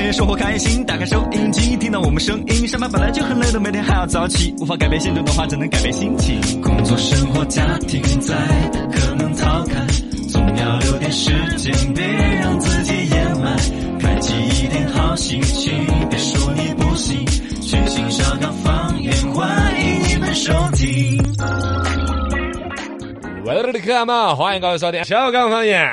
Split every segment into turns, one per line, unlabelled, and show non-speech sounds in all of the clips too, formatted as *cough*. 天生活开心，打开收音机，听到我们声音。上班本来就很累的，每天还要早起，无法改变现状的话，只能改变心情。工作、生活、家庭在，可能逃开，总要留点时间，别让自己掩埋。开启一点好心情，别说你不行，全新小岗方言，欢迎你们收听。
喂，你看嘛，欢迎各位收听小刚方言。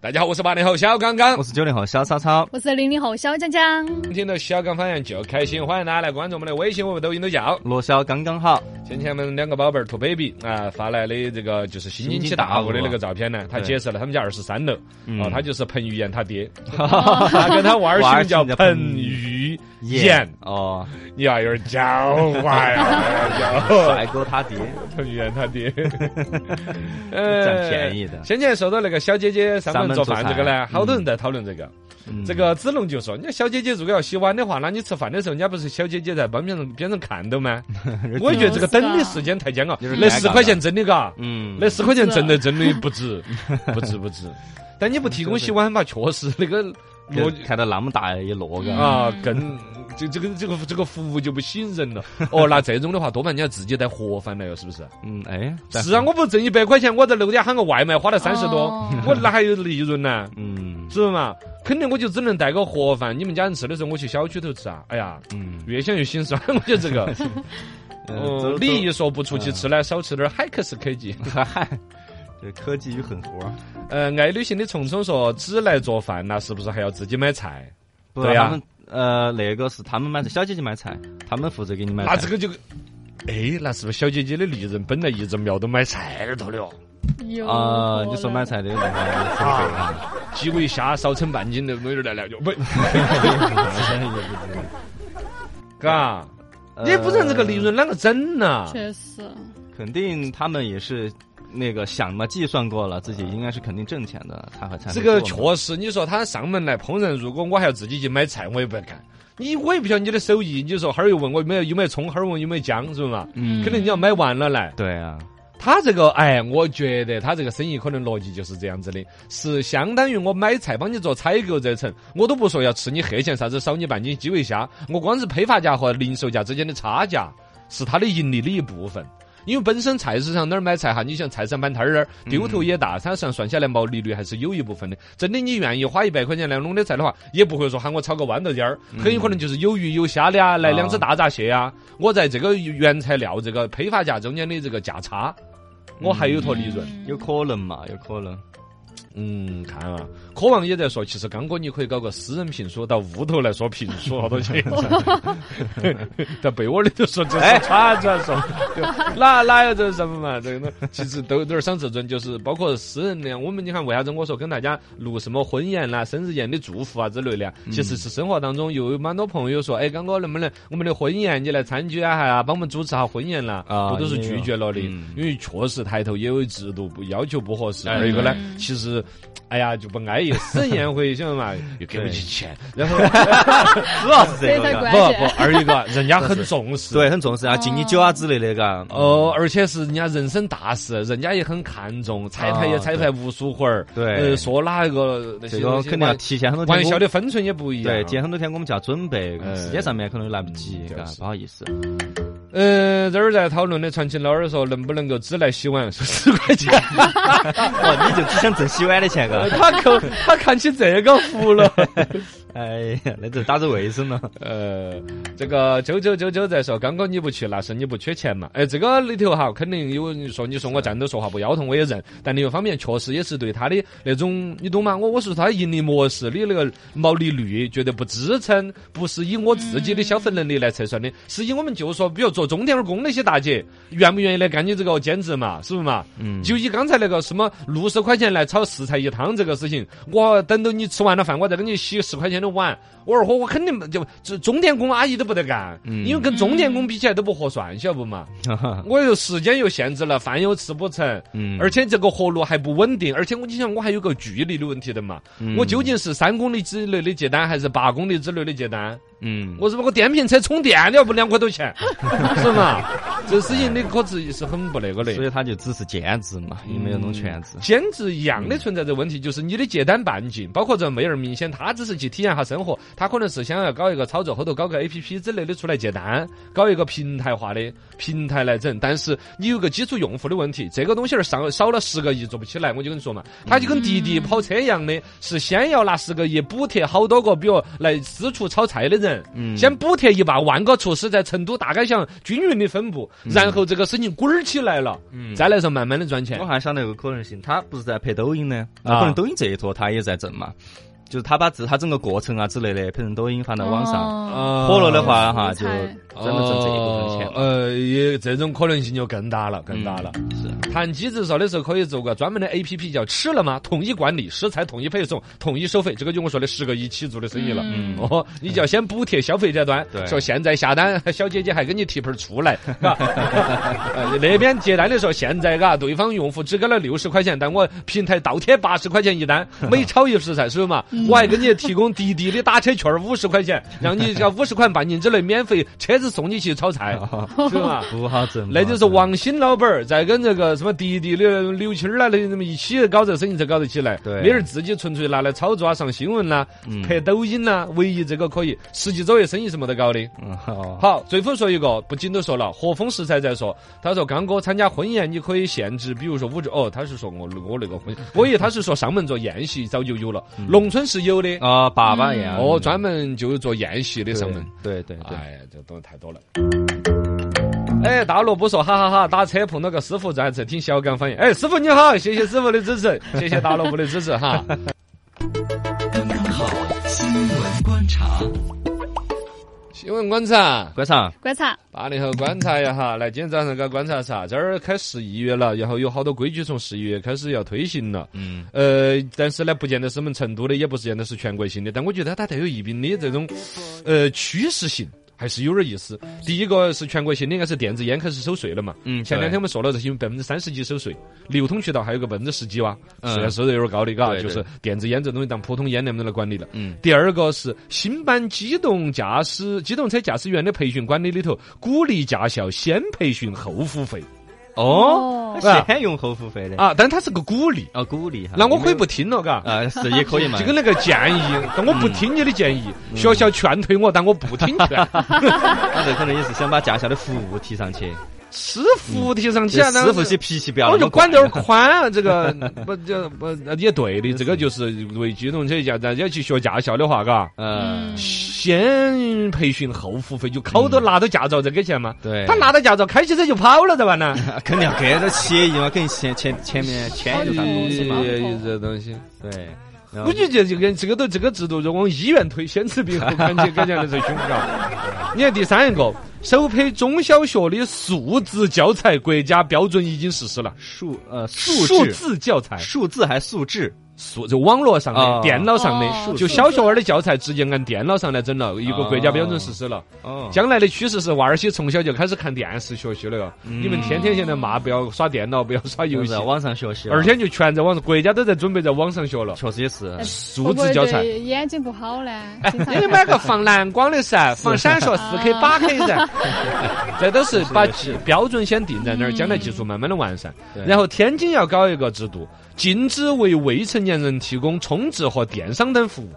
大家好，我是八零后小刚刚
我，是九零后小超超，
我是零零后小江江，
听到小刚方言就开心，欢迎大家来关注我们的微信、我们抖音都叫。
罗小刚刚好。
先前我们两个宝贝儿兔 baby 啊发来的这个就是新经济大楼的那个照片呢，他解释了他们家二十三楼，
嗯
哦，他就是彭于晏他 *laughs* 爹，他跟他娃儿姓叫彭于晏，
哦，
你要有点啊狡 *laughs* 猾呀，
帅哥他爹，
彭于晏
*laughs*
他爹，
占便宜的
先前呃说到那个小姐姐上门做
上
饭
门
这
做
个
菜
呢，好多人在讨论这个。
嗯
这个子龙就说：“你看小姐姐如果要洗碗的话，那你吃饭的时候，人家不是小姐姐在帮边上边上看
*laughs*
到吗？我觉得这个等的时间太僵了，
有点
那
尴尬
十块钱真的嘎，
嗯，
那十块钱挣的真的
*laughs*
不值，不值不值。但你不提供洗碗嘛，确实那个
我
逻辑
看到那么大一摞个，
啊，更这这个这个这个服务就不吸引人了。哦，那这种的话，多半你要自己带盒饭来哟，是不是？
嗯，哎，
是啊，我不挣一百块钱，我在楼底下喊个外卖花了三十多
哦，
*laughs* 我哪还有利润呢？
嗯
是不是嘛？肯定我就只能带个盒饭，你们家人吃的时候，我去小区头吃啊。哎呀，
嗯，呃
越想越心酸， *laughs* 我觉得这个。
*laughs* 走
哦，你一说不出
嗯
去吃呢，少吃点儿海克斯科技。
*laughs* 嗨，这科技与狠活，
呃，爱旅行的虫虫说，只来做饭，那是不是还要自己买菜？
不
对呀
他们呃，那个是他们买菜，小姐姐买菜，他们负责给你买
那
菜。
啊这个就，哎，那是不是小姐姐的利润本来一直瞄到买菜里头的哦？
有
啊，你说买菜的那个收费啊，
几尾虾烧成半斤那个东西来了就
*laughs*
不，嘎，
呃
你不然这个利润啷个整呐？
确实，
肯定他们也是那个想嘛，计算过了，自己应该是肯定挣钱的，才会才会
这个
做嘛
确实，你说他上门来烹饪，如果我还要自己去买菜，我也不干。你我也不晓得你的手艺，你说哈儿又问我有没有有没有葱，哈儿问有没有姜，是不是嘛？
嗯
肯定你要买完了来。
对啊，
他这个，哎，我觉得他这个生意可能逻辑就是这样子的，是相当于我买菜帮你做采购这层，我都不说要吃你黑钱，啥子少你半斤鸡尾虾，我光是批发价和零售价之间的差价是他的盈利的一部分。因为本身菜市场那儿买菜哈，你像菜市场摆摊儿那儿丢头也大，它算算下来毛利率还是有一部分的。真的，你愿意花一百块钱来弄的菜的话，也不会说喊我炒个豌豆尖儿，很有可能就是有鱼有虾的啊，来两只大闸蟹啊。我在这个原材料这个批发价中间的这个价差，我还有坨利润。
有可能嘛，有可能。
嗯，看啊，科王也在说，其实刚哥你可以搞个私人评书，到屋头来说评书，好多钱，在被窝里头说这是叉子啊说，就哪哪有这什么嘛？这个呢其实都有点伤自尊，就是包括私人的，我们你看为啥子我说跟大家录什么婚宴啦、生日宴的祝福啊之类的啊，其实是生活当中有蛮多朋友说，哎，刚哥能不能我们的婚宴你来参与啊，哈帮我们主持下婚宴啦？
啊
不都是
也有
拒绝了的，
嗯
因为确实抬头也有制度不要求不合适，
哎
二一个呢
嗯，
其实。哎呀，就不安逸，私人
*laughs*
宴会，晓得嘛？又给不起钱，然后
主要是
这
这
才
个，
关
不不
键，，
二一
*laughs*
个人家很重视，
对，很重视啊，敬你酒啊之类的，嘎。
哦，而且是人家人生大事，人家也很看重，彩排也
啊
彩排无数回儿，
对
呃，说哪一个那些
这个
那些
肯定要
玩
提前很多天
玩
给我
笑的分寸也不一样，
对，提前很多天给我们就要准备
哎，
时间上面可能来不及，
嗯
嘎
就是，
不好意思。
呃，这儿在讨论的传奇老二说能不能够只来洗碗，说十块
*laughs*
钱，
哦，你就只想挣洗碗的钱，
*laughs*
嘎。
他看他看起这个服了。
哎呀，那就打着卫生了。
呃，这个九九九九在说，刚哥你不去，那是你不缺钱嘛？哎，这个里头哈，肯定有人说，你说我站着说话不腰疼，我也认。但另一方面，确实也是对他的那种，你懂吗？我我是说他的盈利模式的那个毛利率，觉得不支撑，不是以我自己的消费能力来测算的，是以我们就说，比如做钟点儿工那些大姐，愿不愿意来干你这个兼职嘛？是不是嘛？
嗯
就以刚才那个什么六十块钱来炒四菜一汤这个事情，我等到你吃完了饭，我再给你洗十块钱的碗，我二货我肯定不就这钟点工阿姨都不得干，
嗯
因为跟钟点工比起来都不合算，晓得不嘛？
哈哈
我又时间又限制了，饭又吃不成，
*laughs* 嗯
而且这个活路还不稳定，而且我你想我还有个距离的问题的嘛，
嗯
我究竟是三公里之内的接单还是八公里之内的接单？
嗯，
*laughs* 我是不是我电瓶车充电了要不两块多钱，是嘛？这事情你可是是很不那个的。
所以他就只是兼职嘛，
嗯
也没有弄全职。
兼职一样的存在着问题，就是你的接单半径，包括这妹儿，明显她只是去体验下生活，她可能是想要搞一个操作，后头搞个 A P P 之类的出来接单，搞一个平台化的平台来整。但是你有个基础用户的问题，这个东西儿上少了十个亿做不起来，我就跟你说嘛，它就跟滴滴跑车一样的，是先要拿十个亿补贴好多个，比如来私厨炒菜的人，
嗯
先补贴一百万个厨师在成都大街上均匀的分布，然后这个事情滚儿起来了，
嗯
再来说慢慢的赚钱
我。还想到一个可能性，他不是在拍抖音呢，
啊
那可能抖音这一坨他也在挣嘛，就是他把自他整个过程啊之类的拍成抖音发到网上，
哦
啊
火了的话哈，就
素材
专门挣这一部分钱嗯
哦
嘛。
呃，也这种可能性就更大了，更大了。
是，
*laughs* 谈机制上的时候，可以做个专门的 A P P 叫“吃了吗”，统一管理，食材统一配送，统一收费。这个就我说的十个亿起做的生意了。
嗯
哦，你就要先补贴消费者端
对，
说现在下单， *laughs* 小姐姐还给你提盆儿醋来，是吧？ *laughs* 呃那边接单的时候，现在嘎，对方用户只给了六十块钱，但我平台倒贴八十块钱一单，每超一食材，是不是嘛？我还给你提供滴滴的打车券五十块钱，让你这五十块半径之内免费车子送你去炒
*laughs*
菜，是吧？
哦不好挣，
那就是王鑫老板儿在跟这个什么滴滴的刘青儿啦，那那么一起搞这生意才搞得起来。
对
没人自己纯粹拿来炒作啊，上新闻啦、拍抖音啦，唯一这个可以，实际作业生意是没得搞的。
嗯，好，
好，最后说一个，不仅都说了，和风食材在说，他说刚哥参加婚宴你可以限制，比如说五只哦，他是说我我那个婚，我以为他是说上门做宴席早就有了，农村是有的，
啊，爸爸一
嗯
样，
哦，专门就做宴席的
对
上门。
对对对，
哎呀，这东西太多了。哎，大萝卜说：“哈哈哈打车碰到个师傅在这听小刚方言。哎，师傅你好，谢谢师傅的支 *laughs* 持，谢谢大萝卜的支持 *laughs* 哈。
刚刚好，新闻观察。
新闻观察，
观察，
观察，
八零后观察一下哈。来，今天早上给观察啥？这儿开十一月了，然后有好多规矩从十一月开始要推行了。
嗯，
呃，但是呢，不见得是我们成都的，也不是见得是全国性的，但我觉得它带有一定的这种呃趋势性。”还是有点意思。第一个是全国性的，应该是电子烟开始收税了嘛？
嗯
前两天
对
我们说了，这些百分之三十几收税，流通渠道还有个百分之十几哇，
嗯
虽然收的有点高的，嘎，
对
就
对
是电子烟这东西当普通烟那么来管理了。
嗯
第二个是新版机动驾驶机动车驾驶员的培训管理里头，鼓励驾校先培训后付费
哦
哦，
先用后付费的，
啊，但它是个鼓励，
啊，鼓励哈，
那我可以不听了，嘎。
啊，是也可以嘛，嗯
就跟那个建议，但我不听你的建议，学校劝退我，但我不听
*laughs*
劝，
他这可能也是想把驾校的服务提上去，
是扶提上去
这
啊，
师傅
那
些脾气不要
我
那
就
么
管
怪，
得有点宽啊，这 *laughs* 个不就不呃也对的，这个就是为机动车驾，大家去学驾校的话，嘎，
嗯，
先培训后付费，就考到拿到驾照再给钱嘛。
对啊
他拿到驾照，开起车就跑了，咋办呢？
肯定要给点协议嘛，肯定前前前面签就啥东西嘛，
*laughs* 哎这东西，
对，然后
估计这就跟这个都这个制度，就往医院推，先治病后看钱，感觉的最凶 *laughs* 嘎。你看第三一个，首批中小学的数字教材国家标准已经实施了，
数呃
数
数字
字教材。
数字还素质，
数就网络上的、
哦
电脑上的，
哦
就小学娃儿的教材直接按电脑上来整了，一个国家标准实施了。
哦
将来的趋势是，娃儿些从小就开始看电视学习了哟。你们天天现在骂不要耍电脑，不要耍游
就
戏
在，网上学习了，
而且就全在网上，国家都在准备在网上学了。
确实也是，
数字教材
会不会，对眼睛不好呢。
哎
经常
你买个防蓝光的噻，防闪烁四 K、八 K 噻，这都是把技标准先定在那儿，将来技术慢慢的完善。
对
然后天津要搞一个制度，禁止为未成年人提供充值和电商等服务。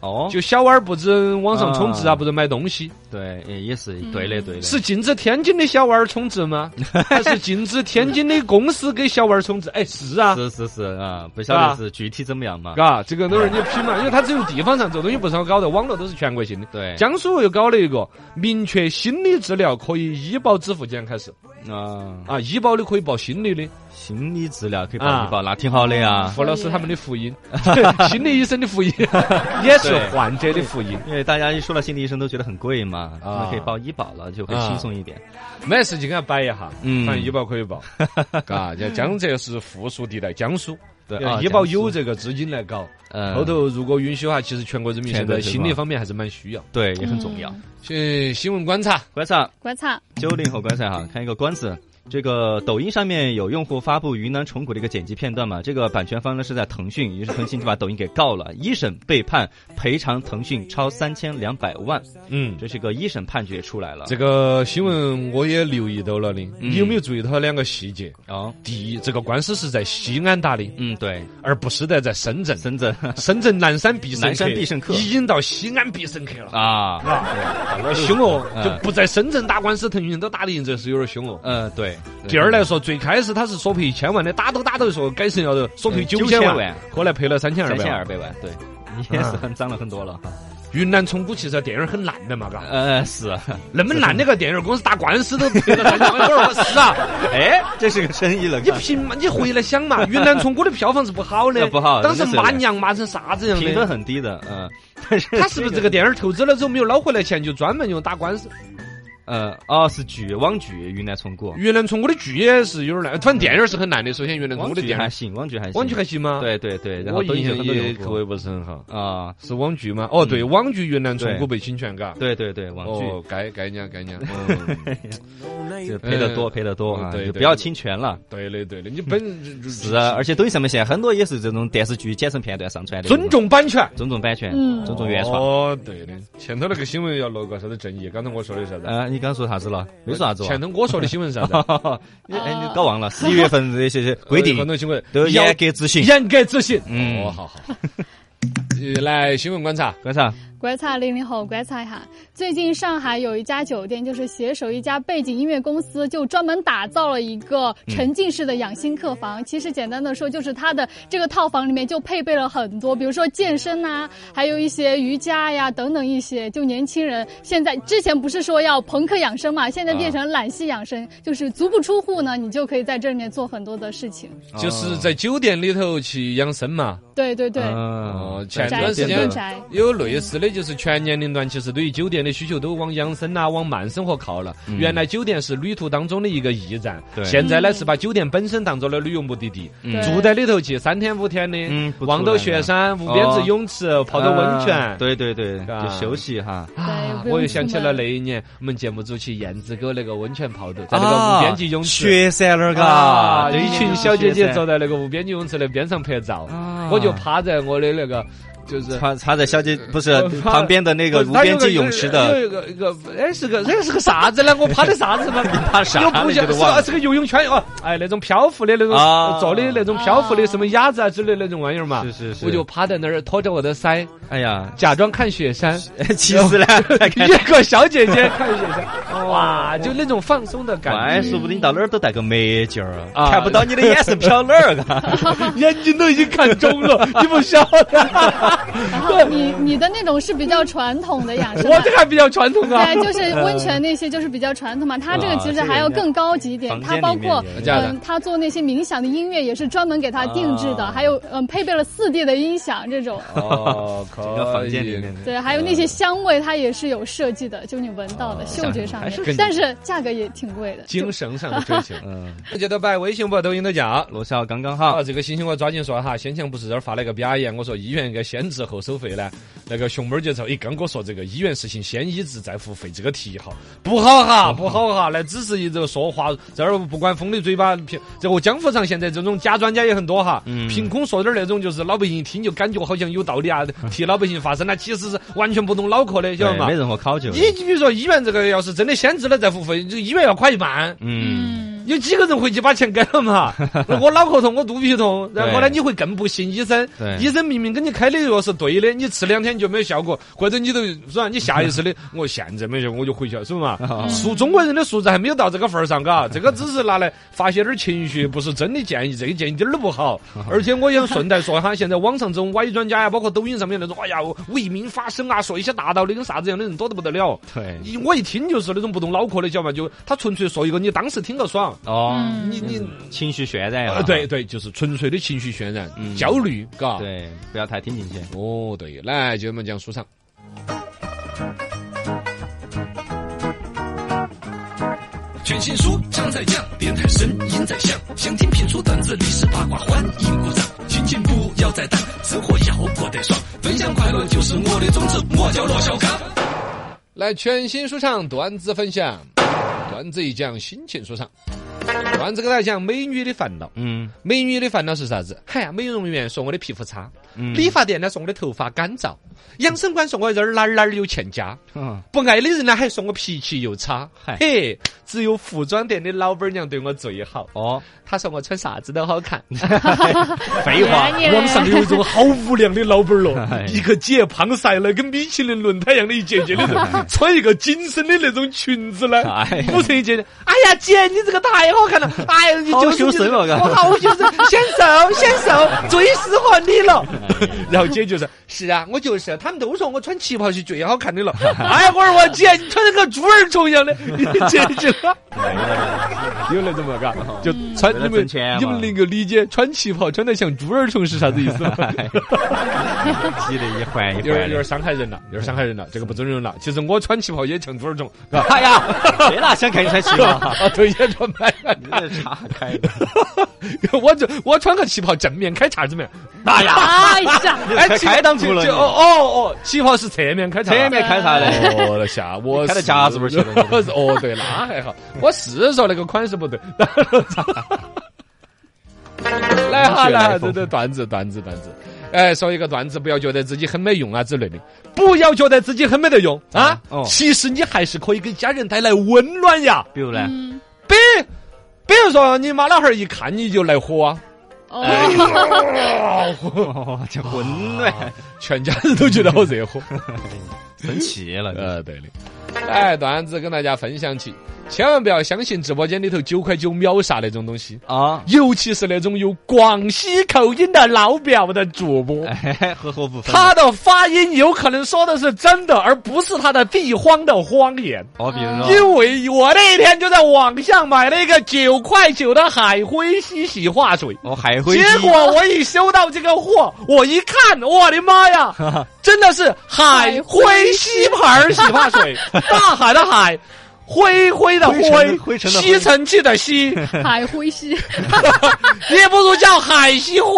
哦，
就小娃儿不准网上充值啊，
啊
不准买东西，
对，也也是对的对的，
是禁止天津的小娃儿充值 *laughs* 吗？还是禁止天津的公司给小娃儿充值？哎，是啊。
是是是啊，不晓得是具体怎么样嘛，
嘎，这个都是你批嘛，因为它只有地方上这东西不是好搞的，网络都是全国性的。
对，
江苏又搞了一个明确心理治疗可以医保支付，今天开始
啊，
啊，医保的可以报心理的，
心理治疗可以
啊嗯
报一报，那挺好的呀。
傅老师他们的 *laughs* 福音，心理医生的福 *laughs* 音，也是患者的福音。
因为大家一说到心理医生都觉得很贵嘛，
啊
那可以报医保了，就会轻松一点。
没事就给他摆一下，
嗯
反正医保可以 *laughs* 报，嘎，叫江浙是附属地带，江苏。
对
要
啊
医保
江苏
有这个资金来搞，
嗯
后头如果允许的话，其实全国人民现
全国
在
人民
心理方面还是蛮需要。
对也很重要。
呃，新闻观察，
观察
嗯观察，
九零后观察哈，看一个“观”字，这个抖音上面有用户发布云南虫谷的一个剪辑片段嘛，这个版权方呢是在腾讯，于是腾讯就把抖音给告了，一审被判赔偿腾讯超三千两百万，
嗯，
这是个一审判决出来了。
这个新闻我也留意到了的，
嗯
你有没有注意到两个细节？
哦，
第一，这个官司是在西安打的，
嗯，对，
而不是在在深圳。
深圳
深圳南山必胜客，
南山必胜客
已经到西安必胜客了。
啊，
凶哦，
嗯
就不在深圳打官司，腾讯都打得赢，这是有点凶哦。
呃，对。
第二来说，最开始他是索赔一千万的，打都打到说改成要索赔
嗯
九
9000
万
万，
后来赔了三千二
三
百
千
万
二。百万，对，也是 *laughs* 很涨了很多了。
云南虫谷其实电影很烂的嘛，嘎，
呃，是，
那么烂的个电影公司打官司都赔了三千万，多少是啊？
*laughs* 哎，这是个生意了，
你凭嘛？你回来想嘛，云南虫谷的票房是不好的，
不好
当时
那是
骂娘骂成啥子样
评分
的？
很低的， *laughs* 嗯，但是
他是不是这个电影投资了之后没有捞回来钱，就专门用打官司？
呃，哦，是剧网剧，云南虫谷，
云南虫谷的剧也是有点烂，反正电影是很烂的。首先，云南虫
网
谷的
剧
电
还
影，
行，网剧还行，
网剧还行吗？。
对对对，然后
我
抖
印
音
象
有很多
也
用
口
户
味不是很好，
啊，
是网剧吗？哦，对，网剧云南虫
嗯对
谷被侵权，嘎。
对对对，网剧
哦，该该讲该讲。嗯
就赔得多
呃
赔得多啊，
对
就
对
不要侵权了。
*laughs* 对的对的，你
*laughs*
本
是啊，而且抖音上面现在很多也是这种电视剧剪成片段上传的，
尊重版权，
尊重版权，
嗯
尊重原创。
哦，对的，前头那个新闻要落个啥子正义？刚才我说的啥子？
呃，你刚说啥子了？没说啥子哦
前啊头我说的新闻是啥子？
你哎，你搞忘了？十一月份这些些 *laughs* 规定
呃很多新闻
都
要
严格执行。
严格执行。
嗯
哦，好好。 *laughs* 好呃来，新闻观察，
观察，
观察零零后，观察一下，最近上海有一家酒店，就是携手一家背景音乐公司，就专门打造了一个沉浸式的养心客房。其实简单的说，就是它的这个套房里面就配备了很多，比如说健身呐、还有一些瑜伽呀等等一些。就年轻人现在之前不是说要朋克养生嘛，现在变成懒系养生，就是足不出户呢，你就可以在这里面做很多的事情。
哦
就是在酒店里头去养生嘛。
对对对，
哦
哦，前
宅
段时间
更宅
有类似的，就是全年龄段其实对于酒店的需求都往养生啊、往慢生活靠了。原来酒店是旅途当中的一个驿站
嗯对，
现在呢
嗯
是把酒店本身当做了旅游目的地，
嗯
住在里头去三天五天的
嗯，不错
望到雪山、无边
哦
是泳池、泡个温泉。
啊对对对，
吧
就休息哈。
啊，
对
我
哎不
又
用
想起
出
了
门
那一年我们节目组去燕子沟那个温泉泡的，在那个无边际泳池。
啊雪山那儿
啊，
嘎，
一群小姐姐坐
的，
在那个无边际泳池的边上拍照，
啊
我就趴在我的那个就是
插插在小姐不是
呃
旁边的那个无边际泳池的，
有一个一个，哎，是个哎是个啥子呢？我趴的啥子嘛？你
怕啥
又
*laughs*
不
你
像
这
是
都忘
个
了
是个游泳圈哦，哎，那种漂浮的那种
啊
做的那种漂浮的什么鸭子啊之类的那种玩意儿嘛。
是是是
我就趴在那儿托着我的腮，
哎呀， *laughs*
假装看雪山。 *laughs*
其实呢，再看
一个小姐姐看雪
*laughs*
山，哇，就那种放松的
哎，
感觉，
说不定到哪儿都戴个墨镜儿，
啊
看不到你的眼神瞟哪儿嘎。
眼睛都已经看中了，你不晓得，
然后你你的那种是比较传统的养生
*laughs* *laughs* 我
嘛，
这还比较
*laughs*
传统啊。
对，就是
嗯
温泉那些就是比较传统嘛。它
啊
这个其实还要更高级一点，它包
房间
括
里面有
这样的
嗯，它做那些冥想的音乐也是专门给它定制的，
啊
还有嗯配备了四 D 的音响
*laughs*
这种，
*laughs* 哦，可
整个房间里面的
对，还有那些香味它也是有设计的，就你闻到的嗅觉上
还是
面
跟，
但是价格也挺贵的。
精神上的追求。
嗯，
大家都摆微信、不抖音都讲。
罗笑刚刚
啊，
好，
这个星星我抓紧说哈，先前不是这儿发了一个表演，我说医院应该先治后收费呢。那个熊猫儿就说，哎，刚哥说这个医院实行先医治再付费这个提哈， *laughs* 不好哈，不好哈，那只是一个说话，这儿不管封的嘴巴，凭这个江湖上现在这种假专家也很多哈，
嗯
凭空说点儿那种就是老百姓一听就感觉好像有道理 *laughs* 啊，替老百姓发声那其实是完全不懂脑壳的，晓得
对
嘛
没？任何考究。
你比如说医院这个要是真的先治了再付费，这个医院要垮一半。
嗯，
嗯，
有几个人回去把钱给了
*laughs*
嘛？那我脑壳痛，我肚皮痛，然后呢，
对
你会更不信医生
对。
医生明明给你开的药是对的，你吃两天就没有效果，或者你都是吧？你下意
*laughs*
识的，我现在没效，我就回去了，是不嘛？
哦
素中国人的素质还没有到这个份儿
*laughs*
上，嘎，这个只是拿来发泄点儿情绪，不是真的建议，这个建议一点儿都不好。
哦
而且我也顺带说哈，现在网上这种歪专家呀，包括抖音上面那种，哎呀，为民发声啊，说一些大道理跟啥子样的人多得不得了。
对，
一我一听就是那种不动脑壳的，晓得嘛？就他纯粹说一个，你当时听个爽。
哦，
嗯
你你
情绪渲染啊
呃，，对对，就是纯粹的情绪渲染、
嗯
焦虑，嘎。，
对，不要太听进去。
哦对，来，就我们讲书上。
全新书trang在酱，电台声音在响，想听评书段子历史八卦，欢迎鼓掌。心情不要再淡，生活要过得爽，分享快乐就是我的宗旨。我叫罗小刚。
来，全新书上段子分享，段子一讲，心情舒畅。段子给大家讲美女的烦恼。
嗯
美女的烦恼是啥子？嗨呀，美容院说我的皮肤差，
嗯
理发店呢说我的头发干燥，养生馆说我这儿哪儿哪儿有欠佳，
嗯，
不爱的人呢还说我脾气又差。
嗨
嘿，只有服装店的老板娘对我最好，
哦，
她说我穿啥子都好看。
废话，
哎呀
网上有一种好无良的老板
*laughs* 哎
了，一个姐胖晒了，跟米其林轮胎一样的一节节
*laughs*
的人，穿一个紧身的那种裙子呢
哎，
捂成一节节。哎呀，姐，你这个太好
*laughs*
看了，哎呀，你
好啊
就是
修
你
身了嘎
我好修身，显瘦显
*laughs*
瘦，最适合你了。
哎
然后姐就是，是啊，我就是，他们都说我穿旗袍是最好看的了。哎，我说我姐，你穿的跟猪儿虫一样的，你姐
*laughs*
姐了。
哎
有那种嘛，嘎，就穿
嗯为了
你
挣
们
钱啊嘛
你们能够理解穿旗袍穿得像猪儿虫是啥子意
*laughs*
思吗？
哎挤得一环一
有点
环
有点
的。
伤害人了，有点伤害人了，这个不尊重人了。其实我穿旗袍也像猪儿虫，嘎，
哎呀，谁哪想看你穿旗袍？
*laughs* 啊， *laughs* 对，也穿白了。
你 *laughs* 这岔开的，
我就我穿个旗袍，正面开叉子面，
哎呀，
哎
*laughs*
呀，
这开裆裤了
就就
你
哦哦哦，旗袍是侧面开叉，
前面开 *laughs* 啥嘞？
哦。我的下，我
开到
是
夹子门去了
*laughs* 哦，对，那还好。我是说那个款式不对。来哈来哈，这这段子段子段子。哎，说一个段子，不要觉得自己很没用啊之类的，不要觉得自己很没得用啊。
哦
其实你还是可以给家人带来温暖呀。
比如呢？
嗯，
比比如说，你妈老汉儿一看你就来火啊，
哦，
哎哦，叫温暖，
全家人都觉得好热火。
生气了。
呃，对的。哎，段子跟大家分享起，千万不要相信直播间里头九块九秒杀那种东西，
啊，
尤其是那种有广西口音的老表的主播。
哎，合合不分。
他的发音有可能说的是真的，而不是他的地荒的方言。
哦，比如说，
因为我那天就在网上买了一个九块九的海辉西洗发水，
哦，海辉
结果我一收到这个
*laughs*
货，我一看，我的妈呀，真的是海灰吸盘洗发
*laughs*
水，大海的海。灰灰的
灰尘的
灰
灰，尘的灰
吸尘器的吸， *laughs*
哦海灰系，
*laughs*
也不如叫海吸灰，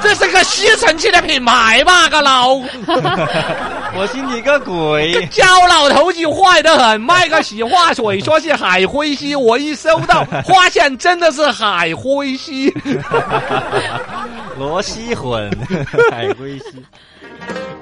这是个吸尘器的品牌吧？个老
我信你个
*laughs*
鬼！
焦老头子坏得很，卖个洗发水说是海灰吸，我一收到发现真的是海灰吸。
罗西
*laughs*
混，海龟西，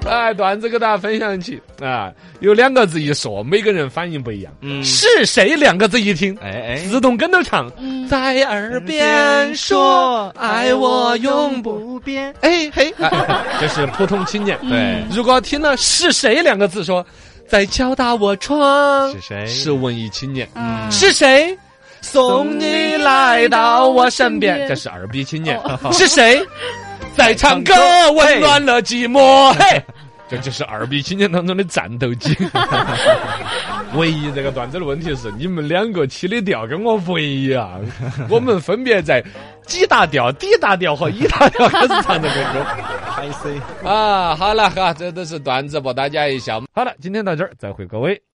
哎，段子给大家分享起啊，有两个字一说，每个人反应不一样。
嗯
是谁两个字一听，
哎哎，
自动跟着唱，
嗯，
在耳边说爱我永不
变。
哎嘿，哎这是普通青年。
对，
如果听了是谁两个字说，在敲打我窗，
是谁
是文艺青年。
嗯
是谁送你来到我身边？这哦是二逼青年。 *laughs* 是谁在唱歌温暖了寂寞？嘿，这就是二逼青年当中的战斗 *laughs* 机。唯一这个段子的问题是，你们两个起的调跟我不一样， *laughs* 我们分别在。几大调、D 大调和 E 大调开始唱 *laughs* 这个歌
I C。
啊！好了哈，这都是段子，博大家一笑。好了，今天到这儿，再会各位。